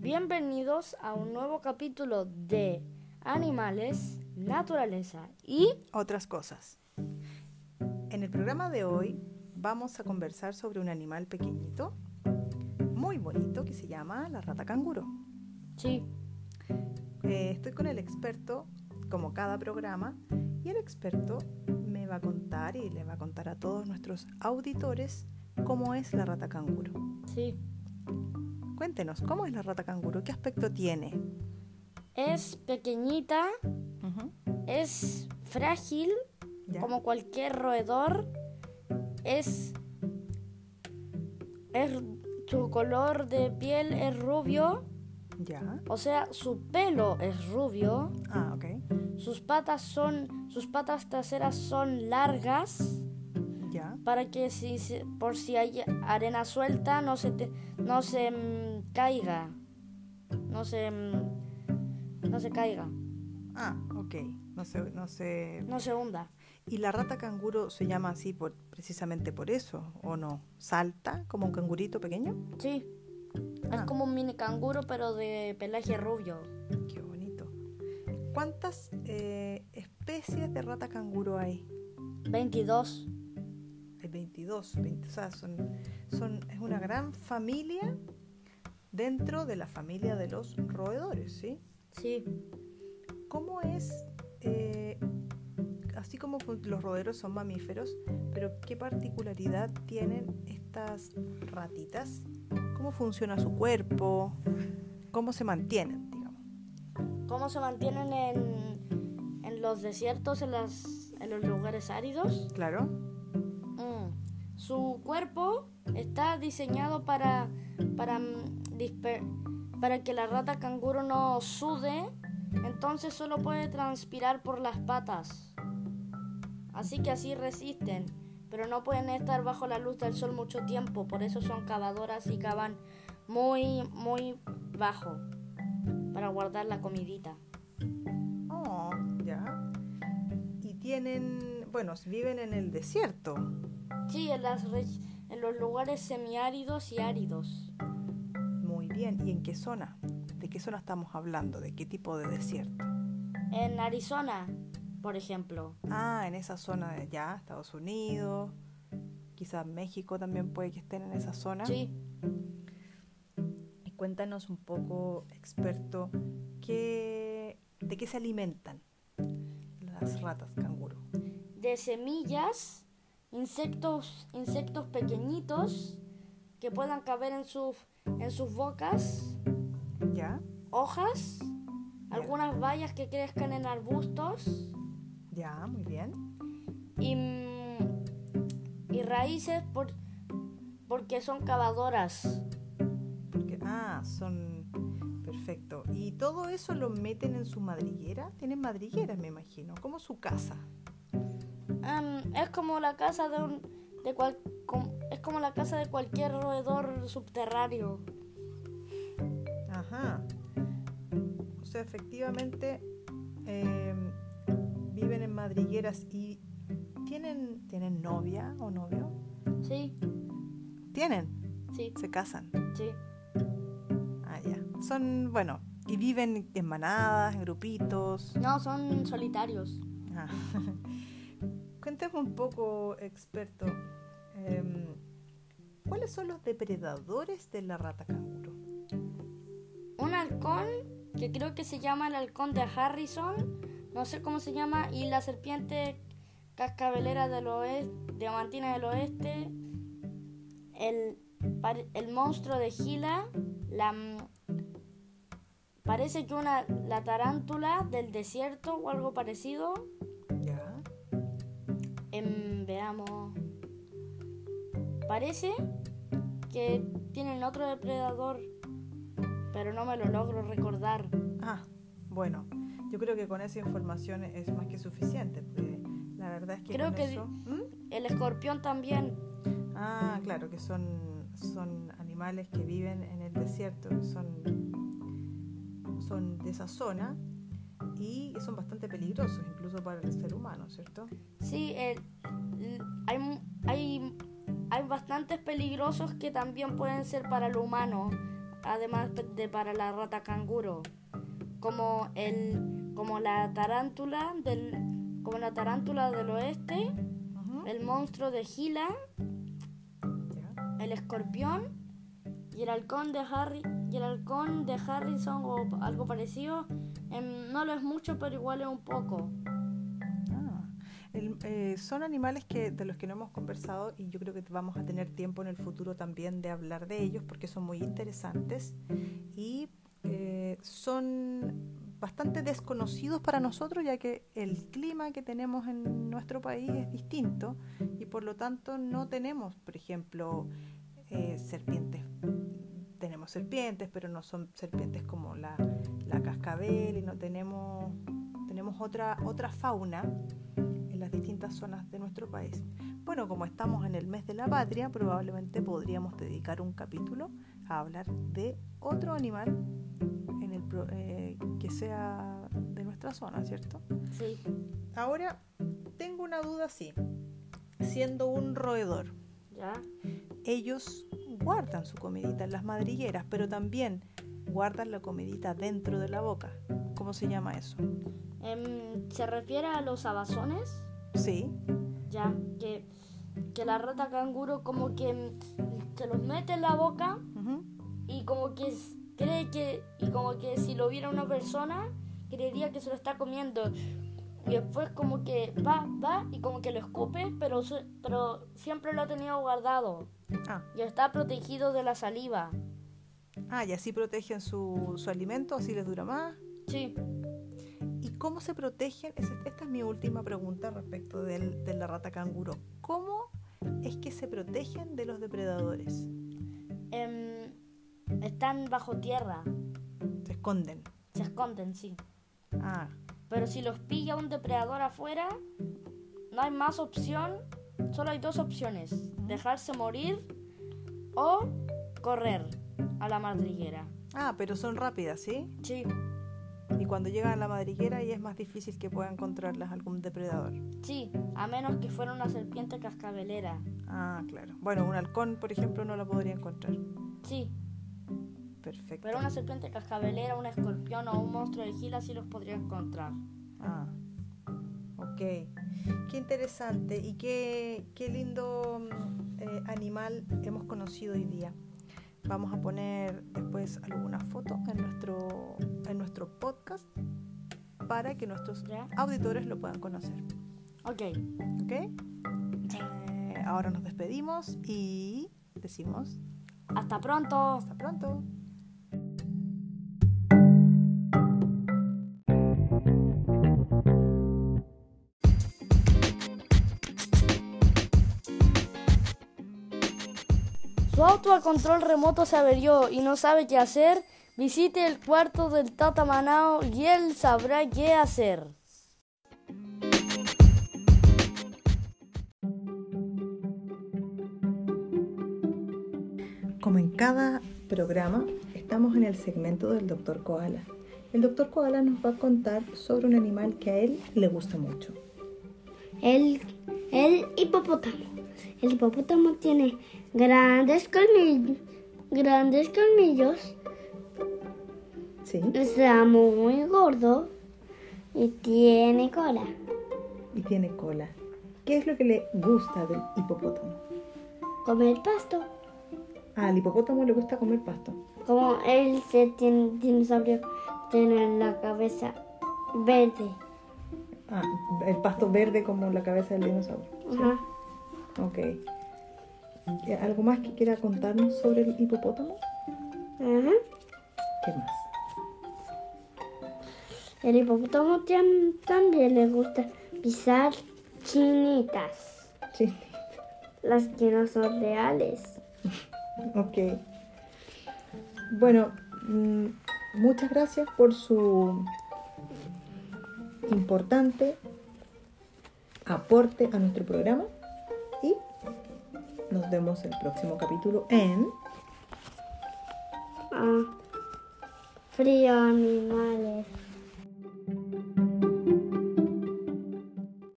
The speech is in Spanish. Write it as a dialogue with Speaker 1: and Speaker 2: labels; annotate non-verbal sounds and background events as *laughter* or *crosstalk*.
Speaker 1: Bienvenidos a un nuevo capítulo de Animales, Naturaleza y...
Speaker 2: otras cosas. En el programa de hoy vamos a conversar sobre un animal pequeñito, muy bonito, que se llama la rata canguro.
Speaker 1: Sí,
Speaker 2: Eh, estoy con el experto, como cada programa, y el experto me va a contar y le va a contar a todos nuestros auditores cómo es la rata canguro.
Speaker 1: sí.
Speaker 2: Cuéntenos, ¿cómo es la rata canguro? ¿Qué aspecto tiene?
Speaker 1: Es pequeñita,
Speaker 2: Ujú,
Speaker 1: es frágil,
Speaker 2: ¿ya?
Speaker 1: como cualquier roedor. Es... es su color de piel es rubio,
Speaker 2: ¿Ya?
Speaker 1: o sea, su pelo es rubio.
Speaker 2: Ah, ok.
Speaker 1: Sus patas son, sus patas traseras son largas
Speaker 2: ¿Ya?
Speaker 1: para que si, se- por si hay arena suelta no se te- no se mm, caiga, no se mm, no se caiga,
Speaker 2: Ah, ok. No sé, no sé.
Speaker 1: no se hunda.
Speaker 2: ¿Y la rata canguro se llama así por, precisamente por eso, o no? ¿Salta como un cangurito pequeño?
Speaker 1: Sí, es
Speaker 2: Ah.
Speaker 1: como un mini canguro pero de pelaje rubio.
Speaker 2: Qué bonito. ¿Cuántas eh, especies de rata canguro hay?
Speaker 1: 22.
Speaker 2: Hay 22, 20, o sea, son, son, es una gran familia dentro de la familia de los roedores, ¿sí?
Speaker 1: Sí,
Speaker 2: ¿Cómo es, eh, así como fun- los roedores son mamíferos, pero qué particularidad tienen estas ratitas? ¿Cómo funciona su cuerpo? ¿Cómo se mantienen, digamos?
Speaker 1: ¿cómo se mantienen en, en los desiertos, en las en los lugares áridos?
Speaker 2: Claro.
Speaker 1: Mm. Su cuerpo está diseñado para, para, mm, disper- para que la rata canguro no sude, entonces solo puede transpirar por las patas. Así que así resisten, pero no pueden estar bajo la luz del sol mucho tiempo, por eso son cavadoras y cavan muy, muy bajo para guardar la comidita.
Speaker 2: Oh, ya. Y tienen, bueno, viven en el desierto.
Speaker 1: Sí, en, las reg- en los lugares semiáridos y áridos.
Speaker 2: Muy bien. ¿Y en qué zona? ¿De qué zona estamos hablando? ¿De qué tipo de desierto?
Speaker 1: En Arizona, por ejemplo.
Speaker 2: Ah, en esa zona de allá, Estados Unidos, quizás México también puede que estén en esa zona.
Speaker 1: Sí,
Speaker 2: Y cuéntanos un poco, experto, ¿qué, ¿de qué se alimentan las ratas canguro?
Speaker 1: de semillas, insectos, insectos pequeñitos que puedan caber en sus, en sus bocas,
Speaker 2: ¿Ya?
Speaker 1: hojas, algunas bayas que crezcan en arbustos
Speaker 2: Ya, muy bien.
Speaker 1: y, mm, y raíces por, porque son cavadoras.
Speaker 2: Porque, ah, son... Perfecto. ¿Y todo eso lo meten en su madriguera? Tienen madrigueras, me imagino, como su casa.
Speaker 1: Am, es como la casa de un de cual- com- es como la casa de cualquier roedor subterráneo.
Speaker 2: Ajá. O sea, efectivamente eh, viven en madrigueras y tienen, ¿tienen novia o novio?
Speaker 1: Sí,
Speaker 2: Tienen,
Speaker 1: sí,
Speaker 2: se casan.
Speaker 1: sí.
Speaker 2: Ah, ya. Son, bueno, y viven en manadas, en grupitos.
Speaker 1: No, son solitarios.
Speaker 2: Ah. *laughs* Cuéntame un poco, experto, em, ¿cuáles son los depredadores de la rata canguro?
Speaker 1: un halcón que creo que se llama el halcón de Harrison, no sé cómo se llama, y la serpiente cascabelera del oeste, diamantina del oeste, el, par- el monstruo de Gila, la m- parece que una la tarántula del desierto o algo parecido.
Speaker 2: Ya.
Speaker 1: Em, veamos. Parece que tienen otro depredador, pero no me lo logro recordar.
Speaker 2: Ah, bueno, yo creo que con esa información es más que suficiente. porque La verdad es que
Speaker 1: Creo
Speaker 2: con
Speaker 1: que-
Speaker 2: eso- ¿Mm?
Speaker 1: El escorpión también.
Speaker 2: Ah, claro, que son, son animales que viven en el desierto, que son, son de esa zona y son bastante peligrosos, incluso para el ser humano, ¿cierto?
Speaker 1: Sí, el- l- hay, mu- hay, hay bastantes peligrosos que también pueden ser para el humano. además de para la rata canguro, como el como la tarántula del como la tarántula del oeste,
Speaker 2: Ujú.
Speaker 1: el monstruo de Gila,
Speaker 2: Ya.
Speaker 1: el escorpión y el halcón de Harry y el halcón de Harrison o algo parecido. Em, no lo es mucho, pero igual es un poco.
Speaker 2: Ah. El- eh, son animales que, de los que no hemos conversado y yo creo que vamos a tener tiempo en el futuro también de hablar de ellos porque son muy interesantes y eh, son bastante desconocidos para nosotros ya que el clima que tenemos en nuestro país es distinto y por lo tanto no tenemos, por ejemplo, eh, serpientes. Tenemos serpientes, pero no son serpientes como la, la cascabel y no tenemos, tenemos otra, otra fauna en las distintas zonas de nuestro país. Bueno, como estamos en el mes de la patria, probablemente podríamos dedicar un capítulo a hablar de otro animal en el pro- eh, que sea de nuestra zona, ¿cierto?
Speaker 1: Sí.
Speaker 2: Ahora, tengo una duda así. Siendo un roedor,
Speaker 1: ¿Ya?
Speaker 2: ellos guardan su comidita en las madrigueras, pero también guardan la comidita dentro de la boca. ¿Cómo se llama eso?
Speaker 1: Em, ¿Se refiere a los abazones?
Speaker 2: Sí,
Speaker 1: Ya, que, que la rata canguro como que mm, se los mete en la boca
Speaker 2: ujú,
Speaker 1: y como que s- cree que, y como que si lo viera una persona, creería que se lo está comiendo. Y después como que va, va y como que lo escupe, pero, se- pero siempre lo ha tenido guardado
Speaker 2: Ah,
Speaker 1: y está protegido de la saliva.
Speaker 2: ah, y así protegen su, su alimento, así les dura más.
Speaker 1: Sí,
Speaker 2: ¿Y cómo se protegen? Es- Esta es mi última pregunta respecto del- de la rata canguro. ¿Cómo es que se protegen de los depredadores?
Speaker 1: em, están bajo tierra,
Speaker 2: Se esconden.
Speaker 1: se esconden, sí.
Speaker 2: Ah,
Speaker 1: Pero si los pilla un depredador afuera, no hay más opción. Solo hay dos opciones. Dejarse morir o correr a la madriguera.
Speaker 2: ah pero son rápidas, ¿sí?
Speaker 1: Sí,
Speaker 2: Y cuando llegan a la madriguera y es más difícil que pueda encontrarlas algún depredador.
Speaker 1: sí, a menos que fuera una serpiente cascabelera.
Speaker 2: Ah, claro. Bueno, un halcón, por ejemplo, no lo podría encontrar.
Speaker 1: Sí,
Speaker 2: Perfecto.
Speaker 1: pero una serpiente cascabelera, un escorpión o un monstruo de gila sí los podría encontrar.
Speaker 2: Ah, ok. Qué interesante y qué, qué lindo mm, eh, animal hemos conocido hoy día. Vamos a poner después alguna foto en nuestro, en nuestro podcast para que nuestros
Speaker 1: ¿Ya?
Speaker 2: auditores lo puedan conocer.
Speaker 1: Ok,
Speaker 2: ¿Ok? Eh, ahora nos despedimos y decimos
Speaker 1: hasta pronto.
Speaker 2: hasta pronto.
Speaker 1: Su auto a control remoto se averió y no sabe qué hacer. Visite el cuarto del Tata Manao y él sabrá qué hacer.
Speaker 2: Como en cada programa, estamos en el segmento del Dr. Koala. El Dr. Koala nos va a contar sobre un animal que a él le gusta mucho.
Speaker 3: El, el hipopótamo. El hipopótamo tiene grandes colmillos, grandes colmillos,
Speaker 2: ¿Sí?
Speaker 3: está muy gordo y tiene cola.
Speaker 2: Y tiene cola. ¿Qué es lo que le gusta del hipopótamo?
Speaker 3: Come el pasto.
Speaker 2: Al hipopótamo le gusta comer pasto.
Speaker 3: Como él se tiene dinosaurio, tiene la cabeza verde.
Speaker 2: Ah, el pasto verde como la cabeza del dinosaurio.
Speaker 3: Ajá.
Speaker 2: Ok. Eh, ¿Algo más que quiera contarnos sobre el hipopótamo?
Speaker 3: Ajá.
Speaker 2: ¿Qué más?
Speaker 3: El hipopótamo tiam- también le gusta pisar chinitas,
Speaker 2: Sí.
Speaker 3: las que no son reales.
Speaker 2: Ok. Bueno, mm, muchas gracias por su importante aporte a nuestro programa y nos vemos el próximo capítulo en...
Speaker 3: øh, Ah, frío animales.